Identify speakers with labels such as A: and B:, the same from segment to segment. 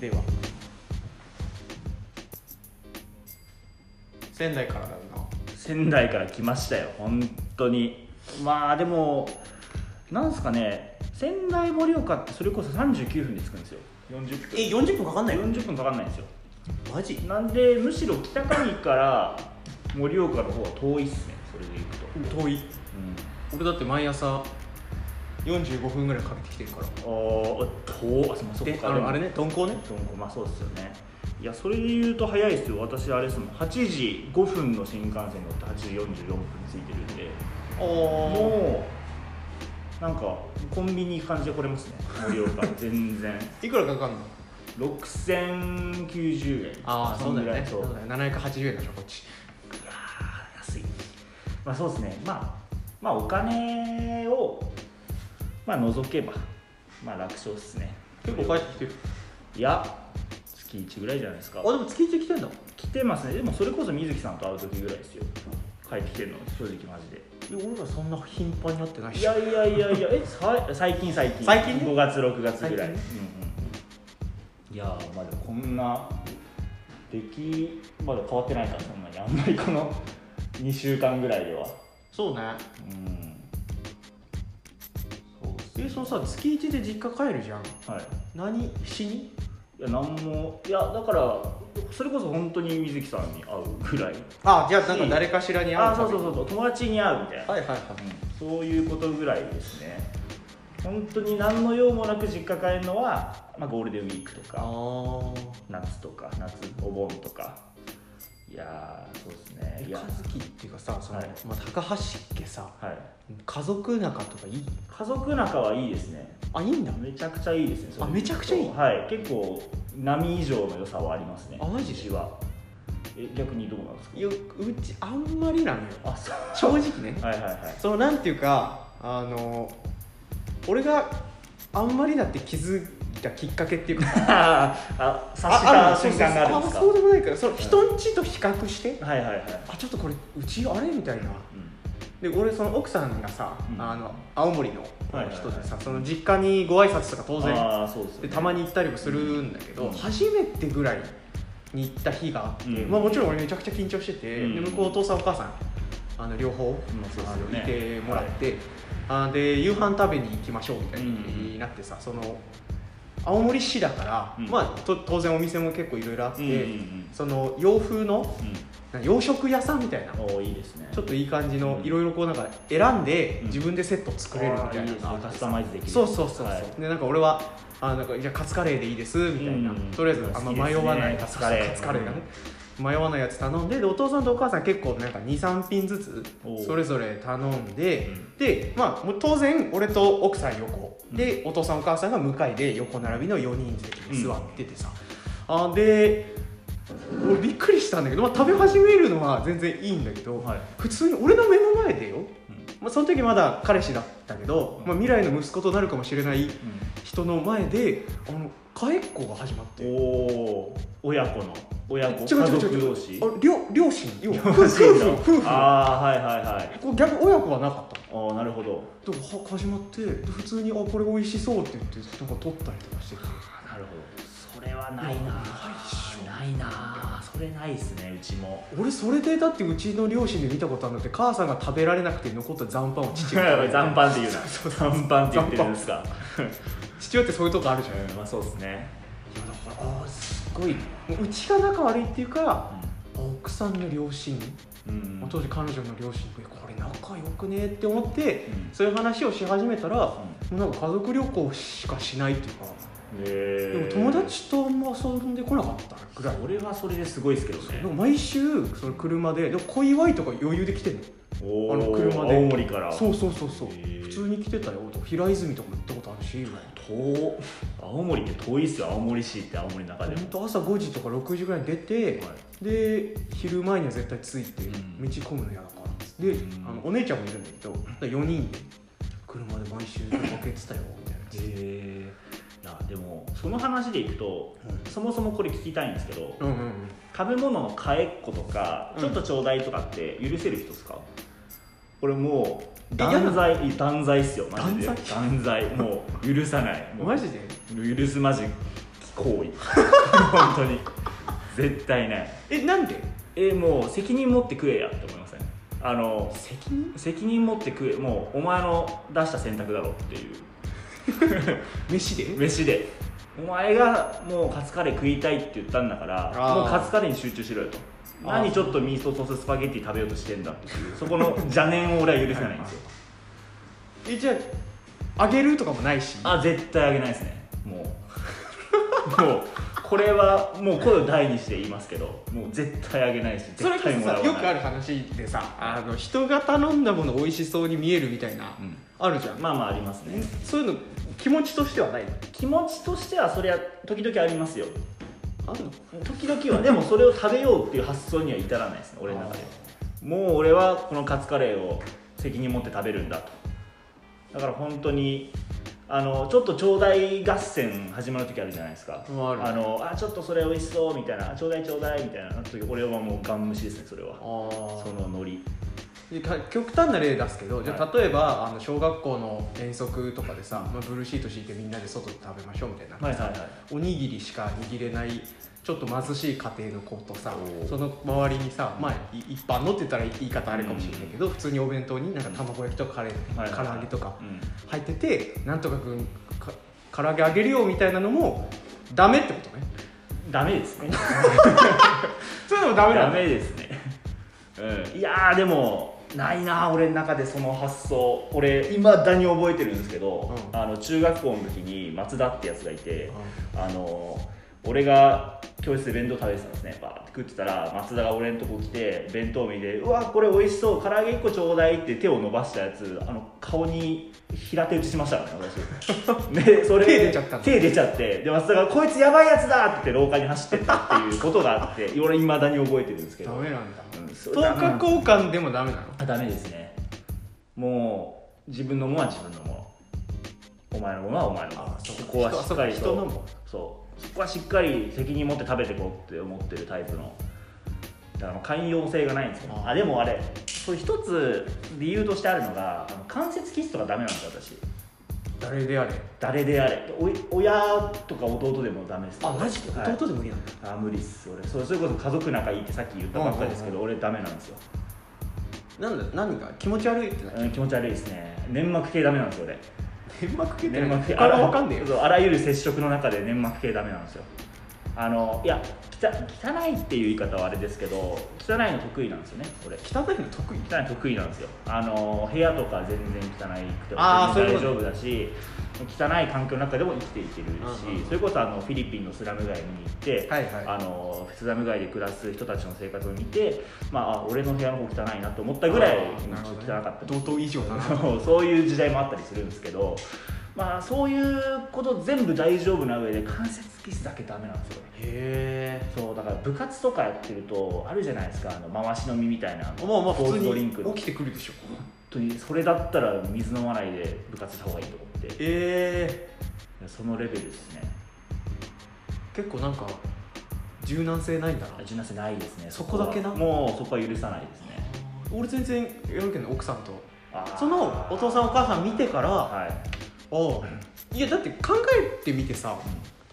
A: では
B: 仙台からだよな
A: 仙台から来ましたよ本当にまあでもなんすかね仙台盛岡ってそれこそ39分で着くんですよ40分
B: え40分かかんないの
A: 40分かかんないんですよ
B: マジ
A: なんでむしろ北上から盛岡の方は遠いっすねそれで行くと、
B: 遠い俺だって毎朝45分ぐらいかけてきてるから
A: うん、ああ遠あそそ
B: で
A: こ
B: あのあれね鈍行ね
A: どんこまあそうですよねいやそれで言うと早いですよ私あれですもん8時5分の新幹線に乗って8時44分ついてるんで
B: ああ
A: もうなんかコンビニ行く感じで来れますね盛岡全然
B: いくらかかんの
A: 6090円
B: ああそうだよね
A: そ
B: そう
A: んぐらいそう
B: だよ780円だしょこっち
A: いやー安いまあそうですねまあまあお金をまあ除けばまあ楽勝ですね
B: 結構帰ってきてる
A: いや月1ぐらいじゃないですか
B: でも月1来てんだ
A: 来てますねでもそれこそ水木さんと会う時ぐらいですよ帰ってきてるの正直マジで
B: 俺らそんな頻繁になってない
A: い
B: し
A: やいやいやいやえさ最近最近
B: 最近ね
A: 5月6月ぐらい、
B: 最近ね
A: うんうん、いやーまあでもこんな出来まだ変わってないからそんなにあんまりこの2週間ぐらいでは
B: そうね
A: うんそうっす
B: えそのさ月1で実家帰るじゃん
A: はい
B: 何しに
A: いや何もいやだからそれこそ本当に水木さんに会うぐらい
B: あじゃあなんか誰かしらに会
A: あ
B: うた
A: そ
B: め
A: うそうそうそう友達に会うみたいな
B: はいはいはい
A: うんそういうことぐらいですね本当に何の用もなく実家帰るのは、まあ、ゴールデンウィークと
B: あ
A: か
B: ー
A: 夏とか夏お盆とかいやーそうですねい
B: え
A: や
B: 和樹っていうかさその、
A: はい
B: まあ、高橋家さ
A: はい
B: 家族仲とかいい
A: 家族仲はいいですね
B: あいいんだ
A: めちゃくちゃいいですねそれ
B: あめちゃくちゃいい
A: はい結構波以上の良さはありますね
B: あマジ
A: う
B: で
A: ちはえ逆にどうなんですか
B: ようちあんまりなのよ
A: あそう
B: 正直ね
A: はい はいはい
B: そのなんていうかあの俺があんまりだって気づいたきっかけっていうか
A: あ察した瞬間があるんですか
B: あそうでもないからその
A: はい
B: 人んちと比較して
A: はいはいはい、
B: あちょっとこれうちあれみたいな
A: うん
B: で俺その奥さんがさ、
A: うん
B: あの青森の
A: はいはいはい
B: 人でさその実家にご挨拶とか当然
A: あーそうですよね
B: でたまに行ったりもするんだけど、
A: うん
B: 初めてぐらいに行った日があって、
A: うん
B: まあ、もちろん俺めちゃくちゃ緊張してて、
A: うん
B: で向こうお父さんお母さんあの両方、
A: んそうです
B: あの
A: よね
B: いてもらって、あで夕飯食べに行きましょうみたいになってさ、その青森市だから、
A: うん
B: まあ、と当然お店も結構いろいろあって、
A: うんうん
B: その洋風の
A: うんうん
B: なんか洋食屋さんみたいな
A: おーいいですね
B: ちょっといい感じの
A: うん
B: いろいろこうなんか選んで
A: うん
B: 自分でセット作れるみたい
A: あー
B: な
A: ですね
B: のがあ
A: カ
B: って
A: ス
B: さ
A: タマイズできる
B: そうそうそうそう、
A: はい
B: でなんか俺はあなんかじゃあカツカレーでいいですみたいな、
A: うん
B: とりあえずあんま迷わない
A: 好きですねカツカレー
B: そうそうカツカレーがね、迷わないやつ頼んででお父さんとお母さん結構なんか23品ずつ
A: おう
B: それぞれ頼んで、
A: うん
B: でまあもう当然俺と奥さん横
A: うん
B: で、お父さんお母さんが向かいで横並びの4人席に座っててさ、あで俺びっくりしたんだけど、まあ、食べ始めるのは全然いいんだけど、
A: はい
B: 普通に俺の目の前でよ
A: うん
B: まあ、その時まだ彼氏だったけど、まあ、未来の息子となるかもしれない人の前であの帰っ子が始まっ
A: う
B: て
A: んおー親子の親子
B: ちょ
A: 家
B: ちょちょ
A: 族同士
B: あ両両親要は夫
A: 両
B: 婦
A: 親だ
B: 夫婦
A: ああはいはいはい
B: こう逆親子はなかった
A: おーなるほど
B: とは始まってで普通に「あこれ美味しそう」って言ってなんか取ったりとかしてて
A: あなるほどそれはない
B: いや
A: な
B: ないっしょ
A: ないなそれないですねう ちも
B: 俺それでだってうちの両親で見たことあるのって母さんが食べられなくて残った残飯を父 親
A: 残
B: が
A: 飯っていうな残飯って言ってるんですか
B: 父親ってそういうとこあるじゃんいや
A: うんまあそうですね
B: だからあーすごいもううちが仲悪いっていうか奥さんの両親
A: うんう
B: まあ
A: ん
B: 当時彼女の両親に「これ仲良くね」って思って
A: うん
B: そういう話をし始めたら、もうなんか家族旅行しかしないっていうか、
A: へー
B: でも友達とあんま遊んでこなかったぐらい、
A: それはそれですごいですけどね
B: なんか毎週その車ででも小祝いとか余裕で来てる
A: おー
B: あの車で
A: 青森から
B: そうそうそうそう
A: へー
B: 普通に来てたよとか平泉とかも行ったことあるし
A: 遠青森って遠いっすよ青森市って青森の中でも、
B: 本当朝5時とか6時ぐらいに出て、
A: はい
B: で昼前には絶対着いて道
A: うん
B: 混むの嫌だからっつってで
A: うん
B: あのお姉ちゃんもいるんだけどだから4人で車で毎週出かけてたよみたいなやつ
A: へえいやでもその話でいくと、
B: う
A: そもそもこれ聞きたいんですけど
B: うんうんうん
A: 食べ物の替えっことか
B: うん
A: ちょっとちょうだいとかって許せる人ですか、これもう
B: え嫌な
A: 断罪い断罪っすよマジで
B: 断罪
A: 罪もう許さないもう
B: マジで
A: 許すまじき行為 本当に絶対ない
B: えなんで
A: えもう責任持って食えやって思いません、あの
B: 責任
A: 責任持って食えもうお前の出した選択だろっていう
B: 飯で
A: 飯でお前がもうカツカレー食いたいって言ったんだから
B: あー
A: もうカツカレーに集中しろよと
B: あー
A: 何ちょっとミートソーススパゲッティ食べようとしてんだっていうそこの邪念を俺は許せないんですよ
B: えじゃああげるとかもないし
A: あ絶対あげないですねもう もうこれはもう声を大にして言いますけどもう絶対あげないし
B: それ
A: 絶
B: こ
A: 対
B: そ
A: もらわ
B: さ
A: ない
B: よくある話でさあの人が頼んだもの美味しそうに見えるみたいな、
A: うん
B: あるじゃん、
A: まあまあありますね
B: そういうの気持ちとしてはない
A: 気持ちとしてはそりゃ時々ありますよ
B: あるの
A: 時々はでもそれを食べようっていう発想には至らないですね俺の中でもう俺はこのカツカレーを責任持って食べるんだとだから本当にあのちょっとちょうだい合戦始まる時あるじゃないですか
B: うんある
A: のあちょっとそれ美味しそうみたいなあちょうだいちょうだいみたいな時俺はもうガン無視ですねそれは
B: あ
A: そのノリ
B: でか極端な例出すけどじゃあ
A: は
B: 例えば、あの小学校の遠足とかでさ、まあ、ブルーシート敷いてみんなで外で食べましょうみたいな、
A: はいはいはい
B: おにぎりしか握れないちょっと貧しい家庭の子とさ
A: おー
B: その周りにさ、まあ、い一般のって言ったら言い方あれかもしれないけど、普通にお弁当になんか卵焼きとかカレー、
A: はいはいはい
B: 唐揚げとか
A: うん
B: 入っててなんとかくんか唐揚げあげるよみたいなのもダメってことね
A: ダメですね
B: そういうのもダメな
A: ダ
B: の
A: メですね、うん、いやーでもないな俺の中でその発想俺いまだに覚えてるんですけど、
B: うん
A: あの中学校の時に松田ってやつがいて、あの俺が教室で弁当食べてたんですねバーって食ってたら松田が俺のとこ来て弁当見て「うわこれ美味しそう唐揚げ1個ちょうだい」って手を伸ばしたやつあの顔に平手打ちしましたからね 私でそれ
B: 手出ちゃったの
A: 手出ちゃってで松田が「こいつやばいやつだ!」って言って廊下に走ってったっていうことがあって 俺いまだに覚えてるんですけ
B: ダ
A: ど
B: メなんだ
A: うんそ
B: 等
A: れダメ
B: 価
A: なんです
B: 交換でもダメなの
A: あダメですねもう自分のものは自分のものお前のものはお前のもの
B: あそう
A: ここはしっかりと
B: 人はそうか人のもの
A: そうそこはしっかり責任持って食べていこうって思ってるタイプのだから寛容性がないんですよ
B: あ
A: あでもあれそれ一つ理由としてあるのがあの関節キスとかダメなんですよ私
B: 誰であれ
A: 誰であれおい親とか弟でもダメですはい
B: で無理なんだ
A: あ無理っす俺それそれこそ家族仲いいってさっき言ったばっかりですけど、
B: うん
A: 俺ダメなんですよ
B: なんだ何が気持ち悪いってな
A: うん気持ち悪いですね粘膜系ダメなんですよ俺
B: 粘膜系って
A: 粘
B: 何
A: 膜系
B: 他のわかんねえよ
A: そうあらゆる接触の中で粘膜系ダメなんですよあのいやきた汚いっていう言い方はあれですけど汚いの得意なんですよね俺
B: 汚いの得意
A: 汚いの得意なんですよあの部屋とか全然汚くても
B: あー
A: 全
B: そういうこと
A: 然大丈夫だし汚い環境の中でも生きていけるし、
B: うんうんうん
A: それこそあのフィリピンのスラム街に行って、
B: はいはい
A: あのスラム街で暮らす人たちの生活を見て、まああ、俺の部屋の方汚いなと思ったぐらい
B: あーなるほどね
A: 汚かった
B: 同等以上だな
A: あの そういう時代もあったりするんですけど、まあ、そういうこと全部大丈夫な上で関節キスだけダメなんですよね
B: へ
A: そうだから部活とかやってるとあるじゃないですかあの回し飲みみたいな
B: えまあまあ
A: スポ
B: 普
A: ー
B: 通
A: ツドリンクの
B: に
A: 本
B: 起きてくるでしょ
A: 当にそれだったら水飲まないで部活した方がいいと思ってい
B: え
A: やそのレベルですね
B: え結構なんか柔軟性ないんだな
A: 柔軟性ないですね
B: そこだけな
A: そはもうそこは許さないですね
B: 俺全然やるけど奥さんと
A: あー
B: そのお父さんお母さん見てからあ
A: はい
B: あいやだって考えてみてさ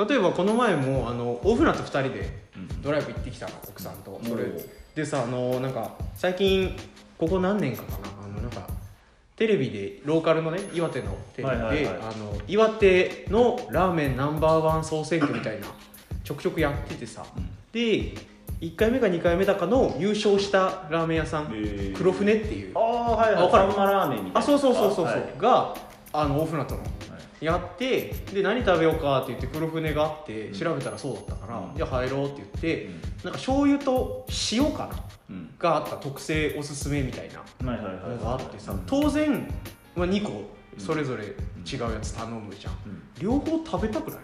B: 例えばこの前もあの大船と2人で
A: うん
B: ドライブ行ってきたの奥さんと
A: うん
B: それ
A: おう
B: でさあのなんか最近ここ何年かかなあのなんかテレビでローカルのね岩手のテレビで、
A: はいはいはい
B: あの岩手のラーメンナンバーワン総選挙みたいなちょくちょくやっててさ
A: うん
B: で1回目か2回目だかの優勝したラーメン屋さん、
A: へえ
B: 黒船っていう
A: ああはいは
B: わか
A: いサ
B: る
A: ンマラーメンみたいな
B: あそうそうそうそうそう、
A: はい
B: があの大船渡の
A: はい
B: やってで何食べようかって言って黒船があって
A: うん
B: 調べたらそうだったから、
A: うん
B: じゃあ入ろうって言って、なんか醤油と塩かな
A: うん
B: があった特製おすすめみたいな
A: うんはいはいはい
B: のがあってさ
A: うん
B: 当然、まあ、2個それぞれ違うやつ頼むじゃん、
A: うん
B: 両方食べたくない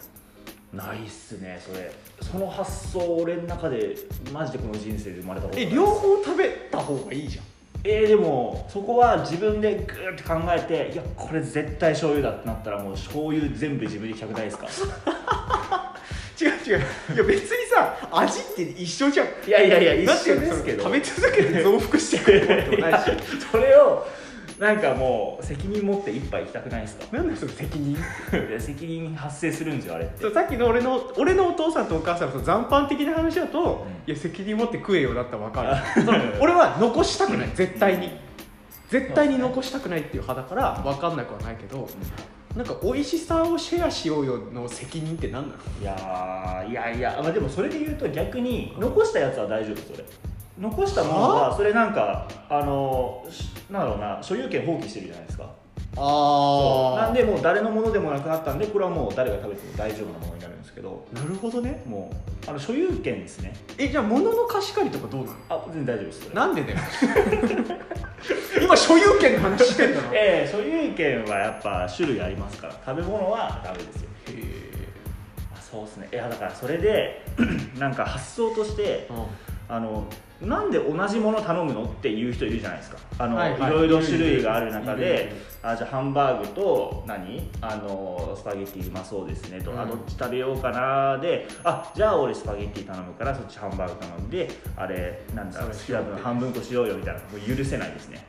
A: ないっすねそれその発想俺の中でマジでこの人生で生まれたことない
B: え両方食べた方がいいじゃん
A: えーでもそこは自分でグーって考えていやこれ絶対醤油だってなったらもう醤油全部自分で100台ですか
B: 違う違ういや別にさ味って一緒じゃん
A: いやいやいや一
B: だって
A: 緒ですけど
B: その食べ続けて増幅してくれるもんでもないし
A: いやそれをなんかもう責任持って一杯行きたくないですか
B: なんでそれ責任
A: いや責任発生するんですよあれって
B: そうさっきの俺の俺のお父さんとお母さんのその残飯的な話だと、
A: うん
B: いや責任持って食えよだったら分か
A: あ
B: るその俺は残したくない絶対に絶対に残したくないっていう派だから分かんなくはないけどなんか美味しさをシェアしようよの責任って何なの
A: いやーいやいや、まあ、でもそれで言うと逆に残したやつは大丈夫それ残したものはそれなんかあのしなんだろうな所有権放棄してるじゃないですかそう
B: あ
A: なん
B: で
A: でもう誰のものでもなくなったんでこれはもう誰が食べても大丈夫なものになるんですけど
B: なるほどね
A: もうあの所有権ですね
B: えじゃあ物の貸し借りとかどうなの
A: あ全然大丈夫ですそれ
B: なんでだよ今所有権の話してんだろへ
A: ええ所有権はやっぱ種類ありますから食べ物はダメですよあそうですねいやだからそれで なんか発想として
B: ー
A: あのなんで同じもの頼むのっていう人いるじゃないですかあの、
B: はい
A: い
B: はい
A: ろいろ種類がある中
B: いるいるい
A: で
B: る
A: あじゃあハンバーグと何あのスパゲッティうまそうですねと、
B: う
A: あ
B: ん
A: どっち食べようかなであじゃあ俺スパゲッティ頼むからそっちハンバーグ頼んであれなんだ
B: そ
A: 好
B: れ
A: きな分半分こしようよみたいなもう許せないですね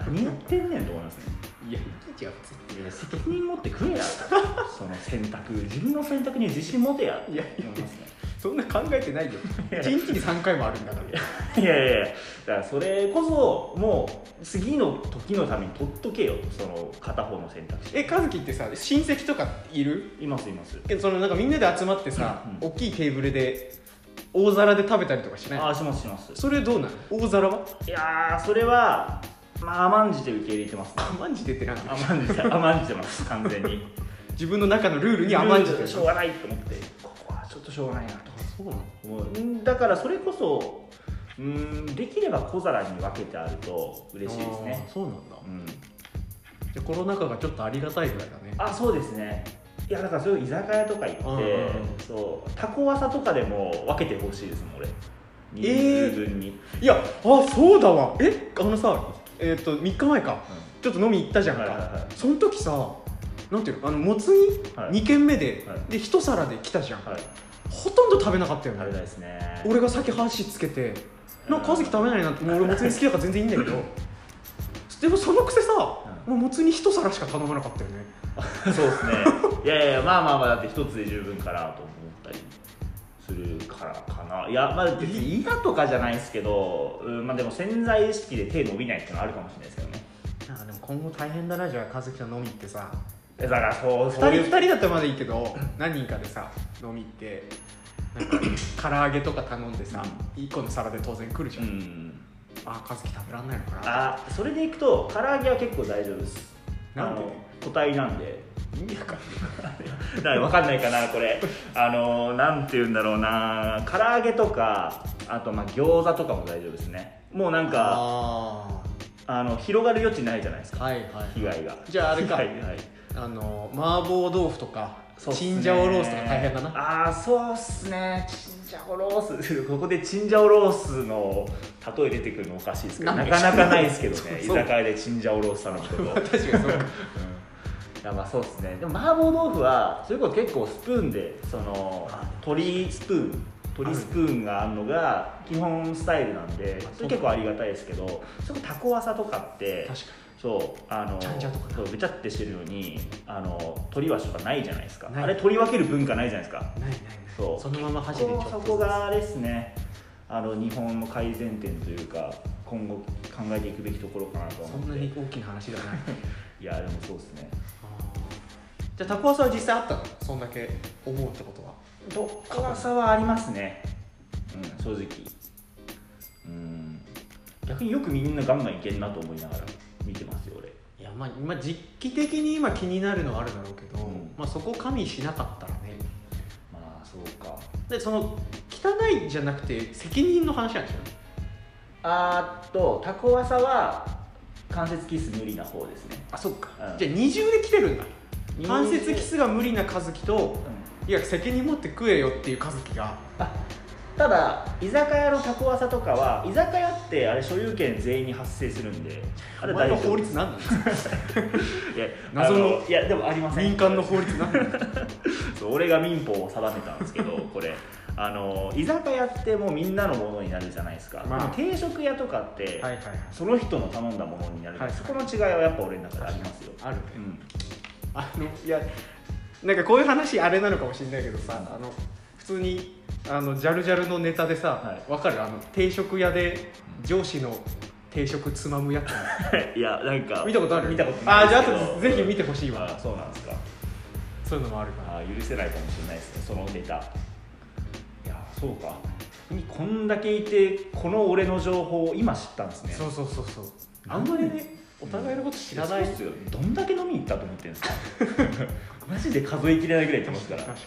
A: 何やってんねんと思いますね
B: いやいや違う別に
A: いや責任持って くれやその選択自分の選択に自信持てやって
B: いやいや
A: 思いますね
B: そんな考えてないよ1日に3回もあるんだから
A: いやいやいやだからそれこそもう次の時のために取っとけよその片方の選択肢
B: え和樹ってさ親戚とかいる
A: いますいます
B: えそのなんかみんなで集まってさ、
A: うん
B: 大きいテーブルで大皿で食べたりとかしない
A: あしますします
B: それどうなの大皿はい
A: やーそれはまあ甘んじて受け入れてますね
B: 甘んじてってなんだ
A: 甘んじて甘んじてます完 全に
B: 自分の中のルールに甘んじて
A: ルー
B: る
A: ルしょうがないと思ってここはちょっとしょうがないなと
B: そうなの
A: 思うんだからそれこそうーんできれば小皿に分けてあると嬉しいですね
B: あーそうなんだ
A: うん
B: じゃあコロナ禍がちょっとありがたいぐらいだね
A: あそうですねいやだからそういう居酒屋とか行って、
B: うんうんうん
A: そうタコワサとかでも分けてほしいですもん俺人
B: えー
A: 数分に、
B: いやあそうだわえあのさえっ、と3日前かちょっと飲み行ったじゃんか、
A: はいはいはい
B: その時さなんていうのあのもつ煮
A: はい
B: 2軒目で、
A: はい
B: で1皿で来たじゃん、
A: はい
B: ほとんど食べなかったよ
A: 食べたい
B: ね
A: ですね
B: 俺が先箸つけてなんか和樹食べないなってもう俺もつ煮好きだから全然いいんだけどでもそのくせさ、
A: う
B: もうもつ煮1皿しか頼まなかったよね
A: そうですねいやいやまあまあまあだって一つで十分かなと思ったりするからかないやまあ別に嫌とかじゃないですけど、うん、まあでも潜在意識で手伸びないっていうのはあるかもしれないですけどね
B: なんかでも今後大変だなじゃあ和樹と飲み行ってさ
A: えだからそうそうい
B: 2
A: う
B: 人二人だったらまだいいけど何人かでさ飲み行ってなんか唐揚げとか頼んでさ、一1個の皿で当然来るじゃ、
A: うんん
B: あ和樹食べらんないのかな
A: あそれでいくと唐揚げは結構大丈夫です
B: なんで
A: あの個体なんで
B: いいんやから
A: だ分かんないかなこれあのなんて言うんだろうな唐揚げとかあとまあ餃子とかも大丈夫ですねもうなんか
B: あ
A: あの広がる余地ないじゃないです
B: ー
A: か
B: はいはい
A: 被害が
B: じゃああれか
A: 被害はい
B: あの麻婆豆腐とか
A: そうっすね
B: チンジャオロースとか大変だな
A: ああそうっすねチンジャオロース ここでチンジャオロースの例え出てくるのおかしいですけど
B: な
A: なん
B: で
A: かなかないですけどね 居
B: そう
A: 酒屋でチンジャオロース頼むこと
B: 確かにそうか
A: いやまあそうですねでも麻婆豆腐はそれこそ結構スプーンでその鶏スプーン鶏スプーンがあるのが基本スタイルなんでそれ結構ありがたいですけどそこタコワサとかって
B: 確
A: そうあの
B: ちゃんちゃんとかな
A: そうべちゃってしてるのにあの鶏箸とかないじゃないですか
B: ない
A: あれ取り分ける文化ないじゃないですか
B: かにないないな
A: そ
B: いうそのまま箸
A: そ
B: でちょっ
A: ことそこがあれですねあの日本の改善点というか今後考えていくべきところかなと
B: そ
A: 思って
B: んなに大きな話ではない
A: いやでもそうですね
B: じゃあタコワサは実際あったのそんだけ思うってことは
A: どっかさはありますね、うん、正直うん逆によくみんなガンガンいけんなと思いながら見てますよ俺
B: いやまあ今実機的に今気になるのはあるだろうけど、
A: うん
B: まあ、そこ加味しなかったらね
A: まあそうか
B: でその汚いじゃなくて責任の話なんですよね
A: あーっとタコワサは関節キス無理な方ですね
B: あそっか
A: うん
B: じゃあ二重で来てるんだ
A: 二重で
B: 関節キスが無理な和樹と
A: うん
B: いや責任持って食えよっていう和樹が
A: あただ居酒屋のタコワサとかは居酒屋ってあれ所有権全員に発生するんであ
B: お
A: れ
B: 前
A: 大
B: の
A: 丈
B: 法
A: 夫い
B: 律何なん ですか
A: や
B: 謎の
A: あいやでもありません
B: 民間の法律何なんですか
A: そう俺が民法を定めたんですけどこれあの居酒屋ってもうみんなのものになるじゃないですか、
B: まあ
A: でも定食屋とかって、
B: はいはいはい
A: その人の頼んだものになる、
B: はい
A: そこの違いはやっぱ俺の中でありますよ、
B: あるね
A: うん、
B: あのいやなんかこういう話あれなのかもしれないけどさあの普通にあのジャルジャルのネタでさ、
A: は
B: わかるあの定食屋で上司の定食つまむやつ
A: いやなん か
B: 見たことある
A: 見たこと
B: あ
A: ない
B: ー
A: で
B: じゃあ
A: すけど
B: あとぜひ見てほしいわ
A: あそうなんですか
B: そういうのもあるから
A: あー許せないかもしれないですねそのネタいやそうか君こんだけいてこの俺の情報を今知ったんですね
B: そうそうそうそう
A: な
B: あ
A: ん
B: ん
A: で
B: まりねお互いのこと知らない
A: そうっすよどんだけ飲みに行ったと思ってるんです かマジで数えきれないぐらい行ってますからいや
B: 確か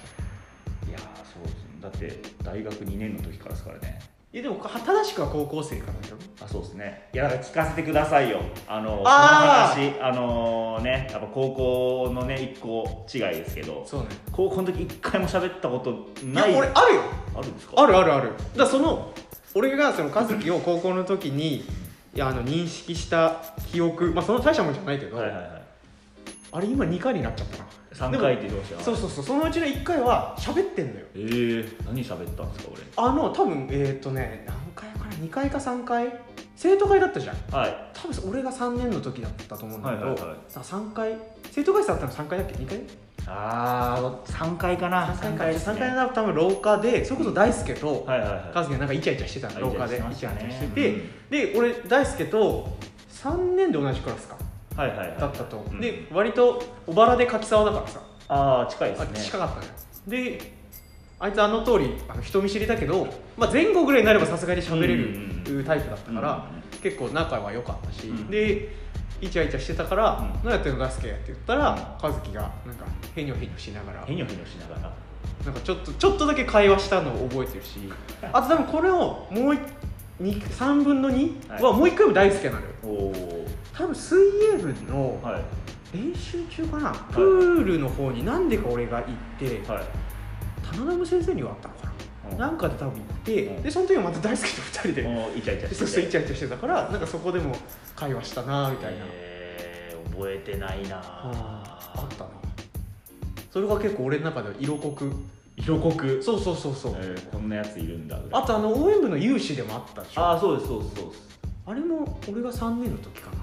A: ーそうですねだって大学2年の時からですからね
B: にいやでも正しくは高校生からだよ
A: あそうですねいやだから聞かせてくださいよあの
B: あ
A: この話あのねやっぱ高校のね一個違いですけど
B: そうね
A: 高校の時一回も喋ったこと
B: い
A: な
B: や
A: い
B: 俺あるよ
A: あるんですか
B: あるあるあるだからその俺がその和樹を高校の時にいやあの認識した記憶、まあ、その大したもんじゃないけど、
A: はいはいはい
B: あれ今2回になっちゃったな
A: 3回って言ってました
B: そうそうそうそのうちの1回は喋ってんのよ
A: えー、何喋ったんですか
B: あの多分えっ、ー、とね何回かな2回か3回生徒会だったじゃん
A: 俺はい
B: 多分俺が3年の時だったと思うんだけど、
A: はいはいはい
B: さ3回生徒会室だったの3回だっけ2回
A: ああ3回かな
B: 3回
A: 3
B: ,3
A: 回
B: 回
A: な
B: だ多分廊下でそれこそ大輔と
A: はいはいはい
B: 和樹がなんかイチャイチャしてたの廊下でイ
A: イチ
B: チ
A: ャ
B: ャ
A: イ
B: イ
A: チ
B: チ
A: ャ
B: ャ
A: し
B: してて
A: ました
B: て、
A: ね
B: で俺大輔と3年で同じクラスか
A: はいはいはい
B: だったと、
A: うん
B: で割と小腹で柿沢だからさ、
A: ああ近いで
B: あ
A: すね
B: 近かったねであいつあの通りあの人見知りだけど、まあ、前後ぐらいになればさすがに喋れ
A: うんうん
B: るタイプだったから、
A: うんうん
B: 結構仲は良かったし、
A: うん
B: でイチャイチャしてたから
A: うん
B: 「何やってんの大輔」って言ったら和樹がなんかへにょへにょしながら
A: へにょへにょしながら
B: なんかちょっとちょっとだけ会話したのを覚えてるしあと多分これをもう3分の2はもう1回も大輔なのよ
A: おお
B: 多分水泳部の
A: はい
B: 練習中かな、プールの方になんでか俺が行って、
A: はい
B: 棚田先生にはあったのかな、
A: うん
B: なんかで多分行って、
A: うん
B: でその時はまた大好きと2人で、
A: もうイチャイチャして
B: そうそうイチャイチャしてたからなんかそこでも会話したなみたいな、
A: えー覚えてないな
B: あーあったなそれが結構俺の中では色濃く
A: 色濃く
B: そうそうそうそう、
A: えーこんなやついるんだ
B: あとあの応援部の有志でもあったでしょ
A: ああそうですそうですそうです
B: あれも俺が3年の時かな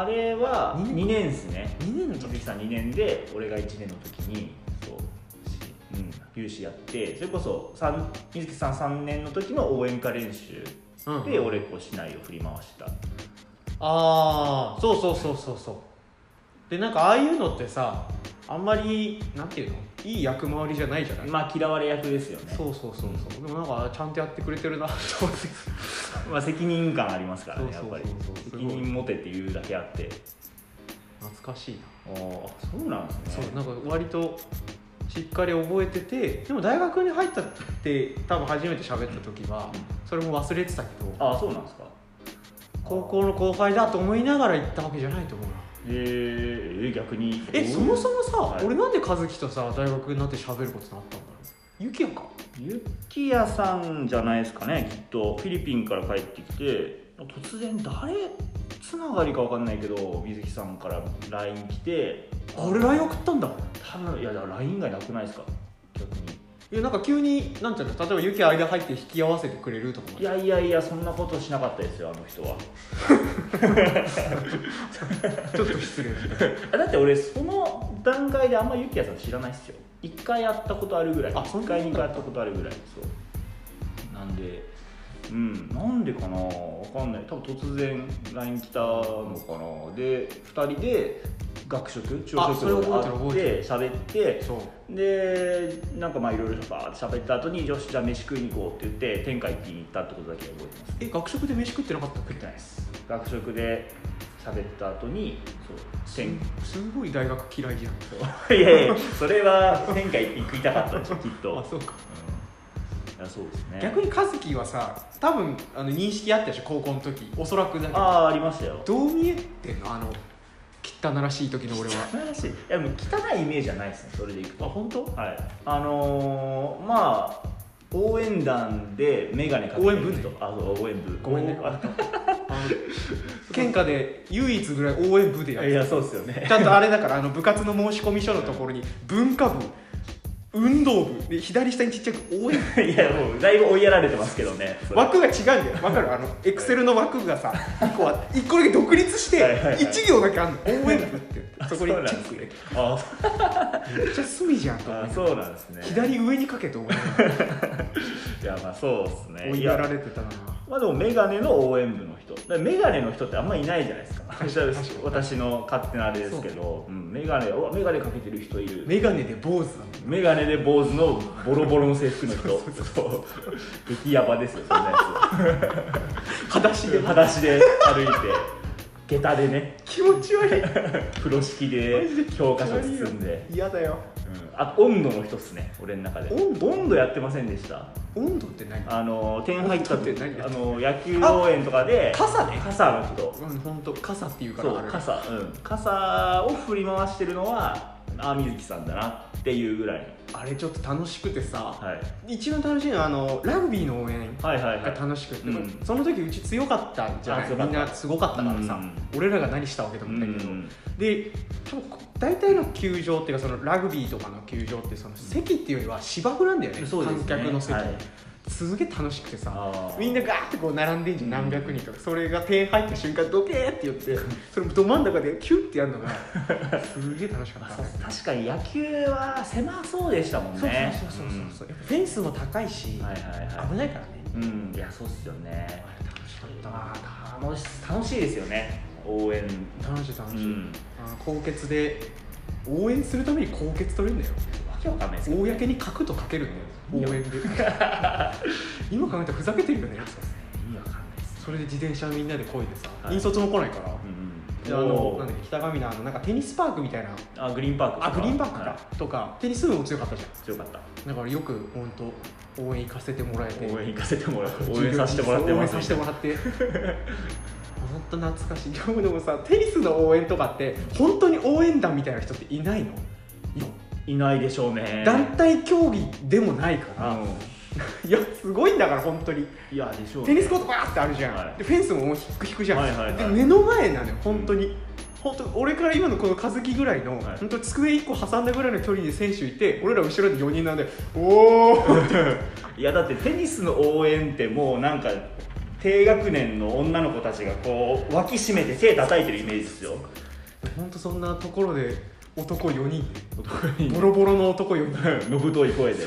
A: あれは
B: 二年
A: 2年ですね
B: 2年の
A: 水
B: 時
A: 木さん2年で俺が1年の時にそうしうん有志やってそれこそ三水木さん3年の時の応援歌練習
B: うん
A: で俺こう市内を振り回した
B: ああそうそうそうそうそうでなんかああいうのってさあんまりなんていうのいい役回りじゃないじゃない
A: まあ嫌われ役ですよね
B: そうそうそうそう、でもなんかちゃんとやってくれてるなと思って
A: まあ責任感ありますからね
B: そ
A: やっ
B: うそ
A: ぱ
B: う
A: り
B: そうそう
A: 責任持てっていうだけあって
B: 懐かしい
A: ああそうなんで
B: な
A: すね
B: そうなんか割としっかり覚えててでも大学に入ったって多分初めて喋った時はそれも忘れてたけど
A: ああそうなんですか
B: 高校の後輩だと思いながら行ったわけじゃないと思うな
A: えー、えー逆に
B: えそもそもさ、
A: はい
B: 俺なんで和樹とさ大学になって喋ることになったんだろうゆきやか
A: ゆきやさんじゃないですかねきっとフィリピンから帰ってきて突然誰つながりか分かんないけど水木さんから LINE 来て
B: あ俺 LINE 送ったんだ
A: 多分いやだから LINE がなくないですか逆に
B: いやなんか急になんていうの例えばゆき間入って引き合わせてくれるとかも
A: いやいやいやそんなことしなかったですよあの人は
B: ちょっと失礼
A: あだって俺その段階であんまゆきやさん知らないっすよ1回やったことあるぐらい
B: あそんな
A: 1回2回やったことあるぐらいそうなんでうんなんでかなわかんない多分突然 LINE 来たのかなで2人で学食朝
B: あそれ
A: 食
B: 覚えてる
A: あっ
B: 覚
A: て喋って
B: そう
A: でなんかまあいろいろバーって喋った後に「よしじゃあ飯食いに行こう」って言って天下一品に行ったってことだけ覚えてます
B: え学食で飯食ってなかったっ
A: 食
B: け
A: ってないです学食で喋った後にそう天
B: すすごい大学嫌いじゃん
A: いやいやそれは前回食いたかったでしょきっと、
B: あそうか
A: うんいやそうですね
B: 逆に和樹はさ多分あの認識あったでしょ高校の時おそらくだけど
A: ああーありましたよ
B: どう見えてんのあの汚らしい時の俺は
A: 素晴らしいいやでも汚いイメージはないですねそれでいくと
B: あ本当
A: はいあのー、まあ応援団で眼鏡かけて
B: 応援部ね
A: とあそう応援部
B: ごめんね
A: あ
B: あ の県下で唯一ぐらい応援部でやっ
A: い
B: て
A: やそうですよね
B: たちゃんとあれだからあの部活の申し込み書のところに文化部運動部で左下にちっちゃく 応援
A: いやもうだいぶ追いやられてますけどねそれ
B: 枠が違うんだよわかるあのエクセルの枠がさ1個あ1個だけ独立して
A: はいはいはい
B: 1行だけあんの応援部って そこに
A: そうなん
B: チ
A: で
B: ェッ
A: す
B: ク入れて
A: あ
B: めっちゃ隅じゃんと思
A: あ
B: って
A: そうなんですね
B: 左上にかけて思いなが ら
A: いやまあそうですね
B: 追い
A: い
B: や
A: や
B: られてたな
A: まあでもメガネの応援部の人だからメガネの人ってあんまいないじゃないですか
B: 確かに確かに
A: 私の勝手なあれですけど、うん、メガネうわメガネかけてる人いる
B: 眼鏡で坊主なのに
A: メガネで坊主のボロボロの制服の 人そう激ヤバですよそんなや
B: 裸足
A: つ
B: で
A: 裸足で歩いて下駄でね
B: 気持ち悪い
A: 風呂敷
B: マ
A: で
B: ジで
A: 教科書包んで、
B: 嫌だよ
A: うん、あ温度の人っすね俺の中で
B: 温度
A: やってませんでした
B: 温度って何
A: あの点入った
B: 温度って何
A: あの野球応援とかで
B: 傘ね
A: 傘の人
B: うん本当傘っていうか
A: そ
B: らあ
A: う
B: れ
A: 傘、うん、傘を振り回してるのはあ水木さんだなっていうぐらい
B: あれちょっと楽しくて
A: の、
B: さ
A: はい、
B: 一番楽しいのはあのラグビーの応援
A: はいはいは
B: が
A: い
B: 楽しくて、
A: うん
B: その時うち強かったんじゃな
A: あ
B: い
A: 強
B: み
A: かった
B: んなすごかったからさ、
A: う
B: 俺らが何したわけで
A: う
B: もないけど、
A: ん
B: で多分大体の球場っていうかそのラグビーとかの球場ってその席っていうよりは芝生なんだよね
A: そうですね
B: 観客の席、
A: はい
B: すげえ楽しくてさ
A: あー
B: みんなガーってこう並んでんじゃん
A: うん
B: 何百人とかそれが手入った瞬間ドケーって言ってそれど真ん中でキュッてやるのがすげえ楽しか
A: まあ
B: っ
A: そ
B: た
A: う確かに野球は狭そうでしたもん
B: そう
A: ね
B: そうそうそうそう、やっぱフェンスも高いし、
A: うんはいはいは
B: 危ないからね
A: いうんいやそうっすよね
B: あれ楽しかった
A: ま
B: な
A: あ楽し楽しいですよね応援
B: 楽しい楽しい、
A: うん
B: あー高血で応援するために高血取れるんだよ
A: わけわかんないですけどね
B: 公に書くと書けるんだよ応援で今考えたらふざけてるよね
A: 意味わかんないです
B: それで自転車みんなで漕いでさ、
A: はい
B: 引率も来ないから、で
A: う
B: あ
A: ん
B: の
A: お
B: なん
A: ー
B: だっけ北上のあのなんかテニスパークみたいな
A: あグリーンパークとか
B: あグリーンバックか、
A: は
B: とかテニス部も強かったじゃ
A: い強かった
B: んだからよく本当応援行かせてもらえて
A: 応援行かせてもらう
B: 授業
A: 応援させてもらって
B: 応
A: ま
B: 援
A: す
B: させてもらって本当懐かしいでもでもさテニスの応援とかって本当に応援団みたいな人っていないのよ
A: いないでしょうね
B: 団体競技でもないから、
A: う
B: いやすごいんだから本当に
A: んいやでしょうね
B: テニスコートバーってあるじゃん、
A: はい
B: でフェンスももうひっくひくじゃん、
A: はいはいはい
B: で目の前なのよ本当に、本当俺から今のこの和樹ぐらいの、
A: はい
B: 本当机1個挟んだぐらいの距離に選手いて俺ら後ろで4人なんでおお
A: いやだってテニスの応援ってもうなんか低学年の女の子たちがこう脇締めて手叩いてるイメージですよ
B: 本当そんなところで男4人
A: 男 に
B: ボロボロの男4人
A: のぶとい声で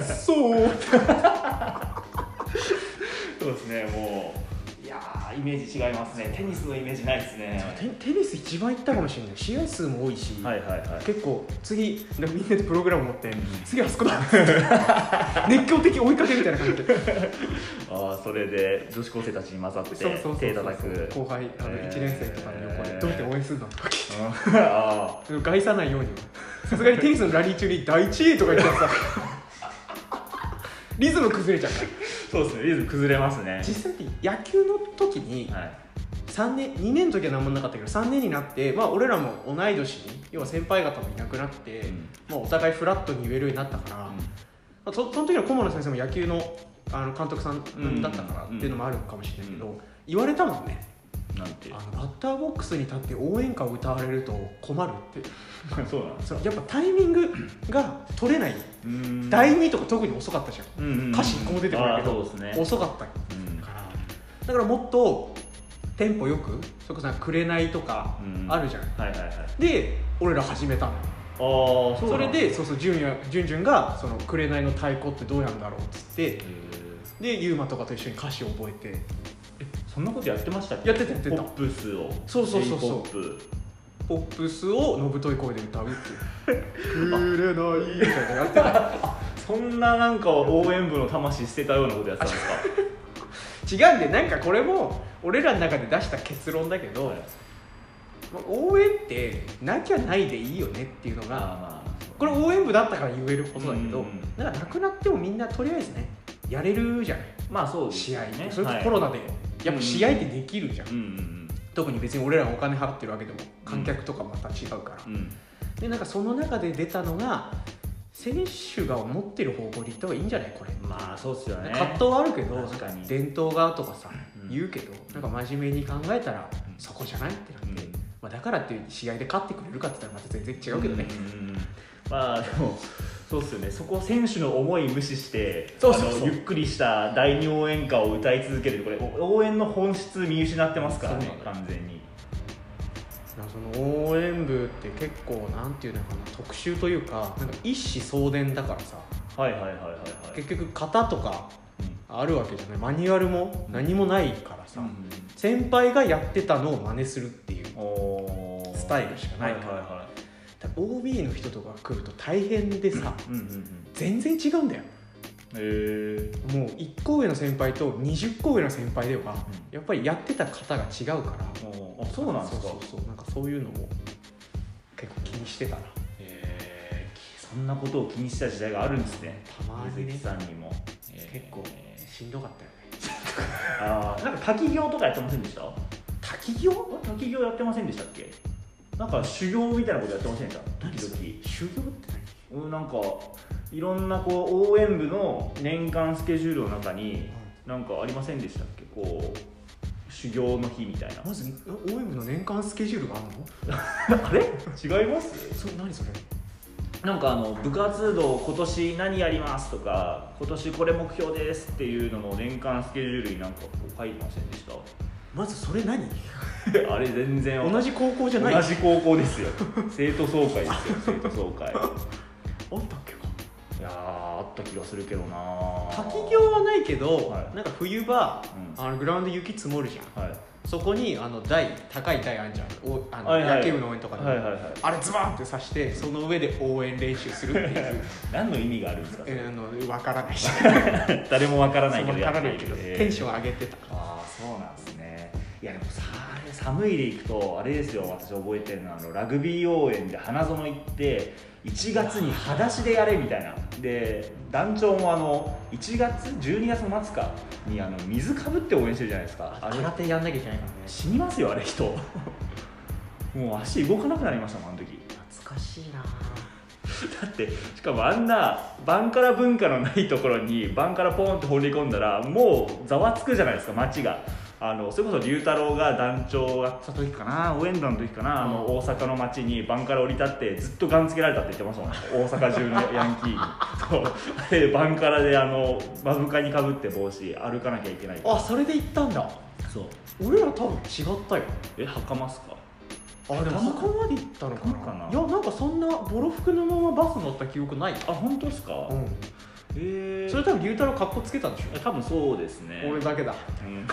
B: そう
A: そうですねもういやーイメージ違いますねテニスのイメージないですね
B: テ テニス一番行ったかもしれない試合数も多いし、
A: はいはいはい
B: 結構次みんなでプログラム持って次あそこだ熱狂的追いかけみたいな感じで
A: ああそれで女子高生たちに混ざって
B: そうそうそう
A: 手叩く
B: 後輩あの
A: えー
B: 1年生とかの横でどうやって応援するのとか聞い
A: あーあ
B: て害さないよう にはさすがにテニスのラリー中に第一位とか言っちゃってさリズム崩れちゃった
A: ーそうですねリズム崩れますね
B: 実際に野球の時に
A: はい
B: 3年2年の時は何もなかったけど3年になって、まあ、俺らも同い年に要は先輩方もいなくなって、
A: うん
B: まあ、お互いフラットに言えるようになったから、まあそその時の顧問の先生も野球のあの監督さんだったからっていうのもあるかもしれないけど、
A: うん
B: 言われたもんね
A: なんて
B: あのバッターボックスに立って応援歌を歌われると困るって
A: そうなんです
B: そのやっぱタイミングが取れない、
A: うーん
B: 第2とか特に遅かったじゃん、
A: うんうんうん
B: 歌詞一個も出てこないけ
A: あ
B: ど
A: ーそうですね
B: 遅かった
A: うん
B: からだからもっとテンポよくそれこそなんか紅とか
A: うん
B: あるじゃん、
A: はいはいはいあ
B: で俺ら始めたのよ
A: あそ
B: それでそうそうジュンやジュンジュンが「その紅の太鼓ってどうやんだろう」っつってでユーマとかと一緒に歌詞を覚えて
A: そんなことやってましたっけ
B: やってたやってた
A: ポップスを
B: そうそうそうそう
A: J-POP
B: ポップスをのぶとい声で歌うっていう「紅のいい」みたいなのやってた
A: そんななんか応援部の魂捨てたようなことやってたんですか
B: 違うんでなんかこれも俺らの中で出した結論だけど、
A: はい
B: まあ応援ってなきゃないでいいよねっていうの
A: まあ
B: が
A: まあ
B: これ応援部だったから言えることだけど、
A: うんうんうん
B: なんかなくなってもみんなとりあえずねやれるじゃない
A: まあそうです
B: 試合ね
A: ね
B: それこ
A: は
B: そ
A: い
B: コロナで、やっぱ試合ってできるじゃん、
A: うんうん
B: 特に別に俺らがお金払ってるわけでも観客とかまた違うから、
A: うんうん
B: でなんかその中で出たのが選手が思ってる方向でいった方がいいんじゃないこれ
A: まあそうっすよね
B: 葛藤はあるけど
A: 確かに
B: 伝統がとかさ、
A: うん
B: 言うけどなんか真面目に考えたら、
A: うん
B: そこじゃないってなって、
A: うん
B: まあ、だからって試合で勝ってくれるかって言ったらまた全然違うけどね、
A: うんうんうんまあでもそうっすよねそこ選手の思い無視して
B: そうそうそう
A: あのゆっくりした第二応援歌を歌い続けてるこれお応援の本質見失ってますから
B: そ
A: ね
B: うなんだ
A: 完全に
B: なんかその応援部って結構なんていうのかな特集というかなんか一子相伝だからさ
A: はいはいはいはいはい
B: 結局型とか
A: うん
B: あるわけじゃないマニュアルも何もないからさ、
A: う
B: 先輩がやってたのを真似するっていうん
A: おー
B: スタイルしかないから
A: はいは
B: だから OB の人とか来ると大変でさ、
A: いはいうんうんうん
B: 全然違うんだよ
A: へえ
B: もう1個上の先輩と20個上の先輩ではやっぱりやってた方が違うから
A: あそうなんです
B: そ
A: か
B: うそうそうなんかそういうのも結構気にしてたな
A: へーそんなことを気にした時代があるんですね
B: たまに
A: 水
B: ね
A: 木さんにも
B: 結構しんどかったよね
A: ああなんか滝行とかやってませんでしたあ
B: 滝行
A: 滝行やってませんでしたっけなんか修行みたいなことやってませんでした時々
B: 修行って
A: うんなんかいろんなこう応援部の年間スケジュールの中になんかありませんでしたっけこう修行の日みたいな
B: 何まず応援部の年間スケジュールがあるの
A: あれ違います
B: それ何それ
A: なんかあの部活動今年何やりますとか今年これ目標ですっていうのの年間スケジュールになんかこう書いてませんでした
B: まずそれ何
A: あれ全然
B: 同じ高校じゃない
A: 同じ高校です よ生徒総会ですよ生徒総会
B: あったっけか
A: いやーあった気がするけどな
B: 滝行はないけど、
A: はい
B: なんか冬場
A: うん
B: あのグラウンド雪積もるじゃん
A: はい
B: そこにあの台高い台あんじゃんおあの、
A: はいはい
B: 野球部の応援とかで、
A: はいはいはい
B: あれズバンって刺してその上で応援練習するっていう、
A: 何の意味があるんですか
B: えーあの分からないし
A: 誰もわからないけど
B: 分
A: や
B: か
A: って
B: ら
A: いる
B: ないけど、
A: えー
B: テンション上げてた
A: ああそうなんですねいやでもさあれ寒いで行くとあれですよ私覚えてるのはあのラグビー応援で花園行って1月に裸足でやれみたいなで団長もあの1月12月の末かにあの水かぶって応援してるじゃないですかあれ
B: 空手やんなきゃいけないからね
A: 死にますよあれ人もう足動かなくなりましたもんあの時
B: 懐かしいな
A: だってしかもあんなバンカラ文化のないところにバンカラポーンって放り込んだらもうざわつくじゃないですか街があのそれこそ龍太郎が団長がった時かな応援団の時かなあの
B: うん
A: 大阪の街にバンカラ降り立ってずっとガンつけられたって言ってましたもんね大阪中のヤ ンキーにそうあれバンカラであの目深にかぶって帽子歩かなきゃいけない
B: あそれで行ったんだ
A: そう
B: 俺ら多分違ったよ
A: え袴っすか
B: あでもそ
A: 袴か
B: こまで行ったのかな
A: 袴かない
B: やなんかそんなボロ服のままバス乗った記憶ない
A: あ本当っすか、
B: う
A: へ
B: ん
A: え
B: それ多分龍太郎かっこつけたんでしょ
A: 多分そうですね
B: 俺だけだ
A: うん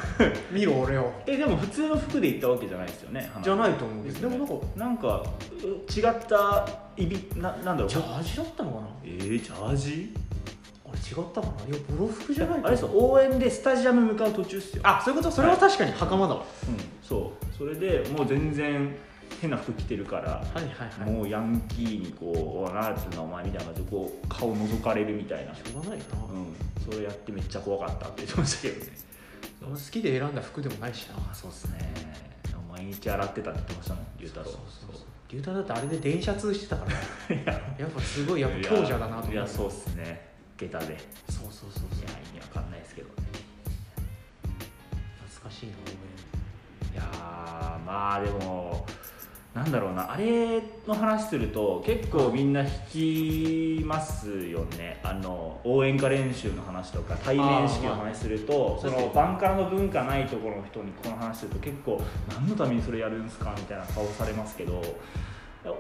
B: 見ろ俺を
A: えでも普通の服で行ったわけじゃないですよね
B: じゃ
A: い
B: ないと思うけ
A: です
B: ど
A: ね
B: でもなんか
A: なんかう違ったいびななんだろう
B: ジャージだったのかな
A: えー、ジャージ
B: あれ違ったかないやボロ服じゃない
A: あれですよ応援でスタジアム向かう途中っすよ
B: あそういうことそれは確かに袴だわ
A: うんそうそれでもう全然変な服着てるから、
B: はいはいはい
A: もうヤンキーにこう「おいなんつうのお前」みたいな感じでこう顔覗かれるみたいな、
B: しょうがないな、
A: うん、それやってめっちゃ怖かったって言ってましたけどね
B: 俺好きで選んだ服でもないしな
A: そうっすね毎日洗ってたって言ってましたもん龍太郎
B: そうそうそう龍太郎だってあれで電車通してたから
A: いや
B: やっぱすごいやっぱ強者だなと思う
A: いやそううっすね下駄で
B: そうそうそうそう
A: いや意味わかんないですけどね
B: 懐かしいない
A: やーまあでもなんだろうなあれの話すると結構みんな引きますよねあの応援歌練習の話とか対面式の話すると
B: あー
A: そ
B: まあ
A: のバンカラの文化ないところの人にこの話すると結構何のためにそれやるんすかみたいな顔されますけど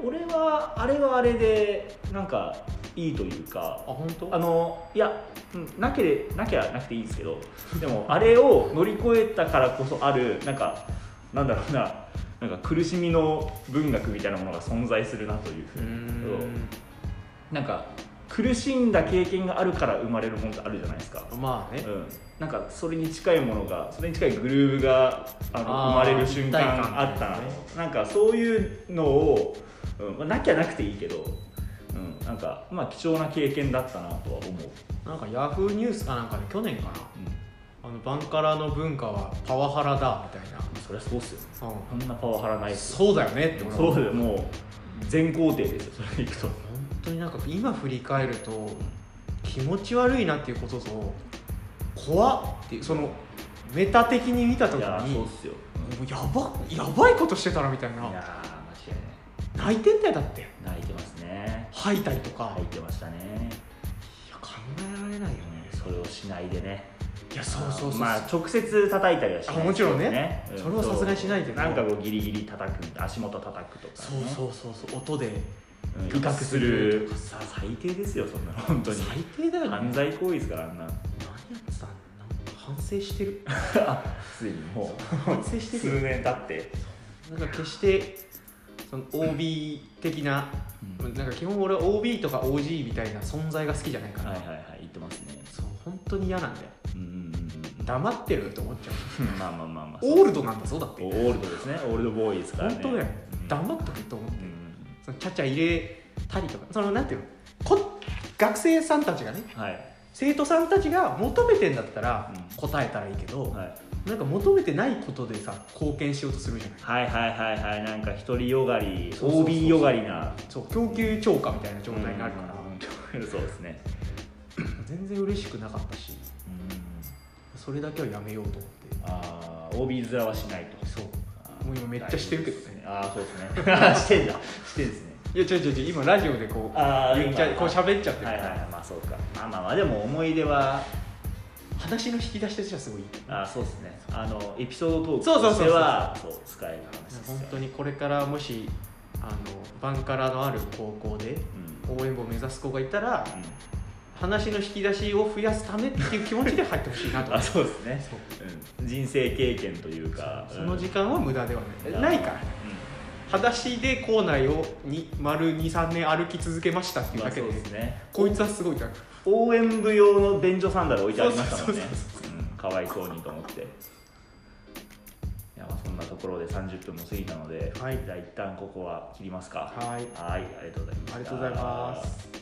A: 俺はあれはあれでなんかいいというか
B: あ本当
A: あのいやうんなけれなきゃなくていいんですけどでもあれを乗り越えたからこそあるなんかなんだろうななんか苦しみの文学みたいなものが存在するなというふ
B: う
A: う
B: ー
A: に
B: ん
A: なんか苦しんだ経験があるから生まれるものってあるじゃないですか、
B: まあ
A: う
B: ね、
A: ん、なんかそれに近いものがそれに近いグルーヴがあの生
B: あー
A: まれる瞬
B: 一体
A: 間
B: 感
A: あったなとなんかそういうのを、うんまあなきゃなくていいけど、うん、なんかまあ貴重な経験だったなとは思う。
B: なんかヤフーニュースかなんかで去年かな
A: うん
B: あのバンカラの文化はパワハラだみたいな、
A: そりゃそうっすよ
B: うん
A: そんなパワハラないっすよ
B: そうだよねって俺は
A: そうだよもう全肯定ですよそれいく と
B: 本当になんか今振り返ると気持ち悪いなっていうことと怖っっていうそのメタ的に見た時
A: い
B: に
A: やーそうっ
B: も
A: すよ、
B: うやばやばいことしてたらみたい
A: いやー
B: な
A: 間違い
B: 泣いてんだよだって
A: ない泣いてますね
B: 吐いたりとか、
A: 入っ
B: い
A: てましたね
B: や考えられないよね
A: それをしないでね
B: いやそうそうそう、
A: まあ直接叩いたりはしない
B: あもちろんね
A: うん
B: それはさすがにしないけど
A: なんかこうギリギリ叩く足元叩くとか、ね、
B: そうそうそうそう音で
A: うん
B: 威
A: 威
B: 嚇
A: 嚇
B: す
A: す
B: る
A: るさ最低ですよそんなの本当に
B: 最低だよね
A: 犯罪行為ですからあんな
B: 何やってたんなんか反省して る
A: すでにも
B: 反省
A: う
B: してるよ
A: 数年経って
B: なんか決してその OB 的な、
A: うん
B: なんか基本俺は OB とか OG みたいな存在が好きじゃないか
A: は
B: ら、
A: いはいはい言ってますね
B: そう本当に嫌なんだよ
A: うんうんうん
B: 黙ってると思っちゃう
A: うんまあまあまあまあ
B: オールドなんだぞだって
A: オールドですねオールドボーイですからね
B: 本当だよ
A: うん
B: 黙っとけと思う
A: うん
B: そのちゃちゃ入れたりとかそのなんていうのこ学生さんたちがね
A: はい
B: 生徒さんたちが求めてんだったら
A: うん
B: 答えたらいいけど、
A: はい
B: なんか求めてないことでさ貢献しようとするじゃない
A: はいはいはいはいなんか独りよがり
B: そうそうそう
A: OB よがりな
B: そう供給超過みたいな状態になるから、
A: うんそうですね
B: 全然嬉しくなかったしそれだけはやめようと思って
A: ああ OB 面はしないと
B: そう
A: あー
B: もう今めっちゃしてるけどね
A: ああそうで すねあーしてんだしてんですね
B: いや違う違う違う今ラジオでこう
A: あー
B: 言っちゃ
A: 今
B: こう喋っちゃってる
A: は
B: か
A: い
B: ら、
A: はいはいまあそうかあまあまあでも思い出は
B: 話の引き出しとしてはすごいいい
A: あーそうですねあのエピソードトーク
B: そうそう
A: と
B: そうそ
A: し
B: う
A: てはそう使える話ですよ
B: 本当にこれからもしあのバンカラのある高校で
A: うん
B: 応援部を目指す子がいたら話の引き出しを増やすためっていう気持ちで入ってほしいなと
A: うんあそうですね
B: そう
A: うん人生経験というか
B: その時
A: 間
B: 間は無駄ではないないから裸足で校内をに丸23年歩き続けましたっていう
A: ま
B: だ
A: あ
B: け
A: そ
B: で,、
A: うですね
B: こいつはすごいから
A: 応援部用の便所サンダル置いてありましたもんね
B: そうそう
A: うんかわいそうにと思っていやまあそんなところで30分も過ぎたので、
B: はい
A: じゃあ一旦ここは切りますか
B: はい
A: はいありがとうございました
B: ありがとうございます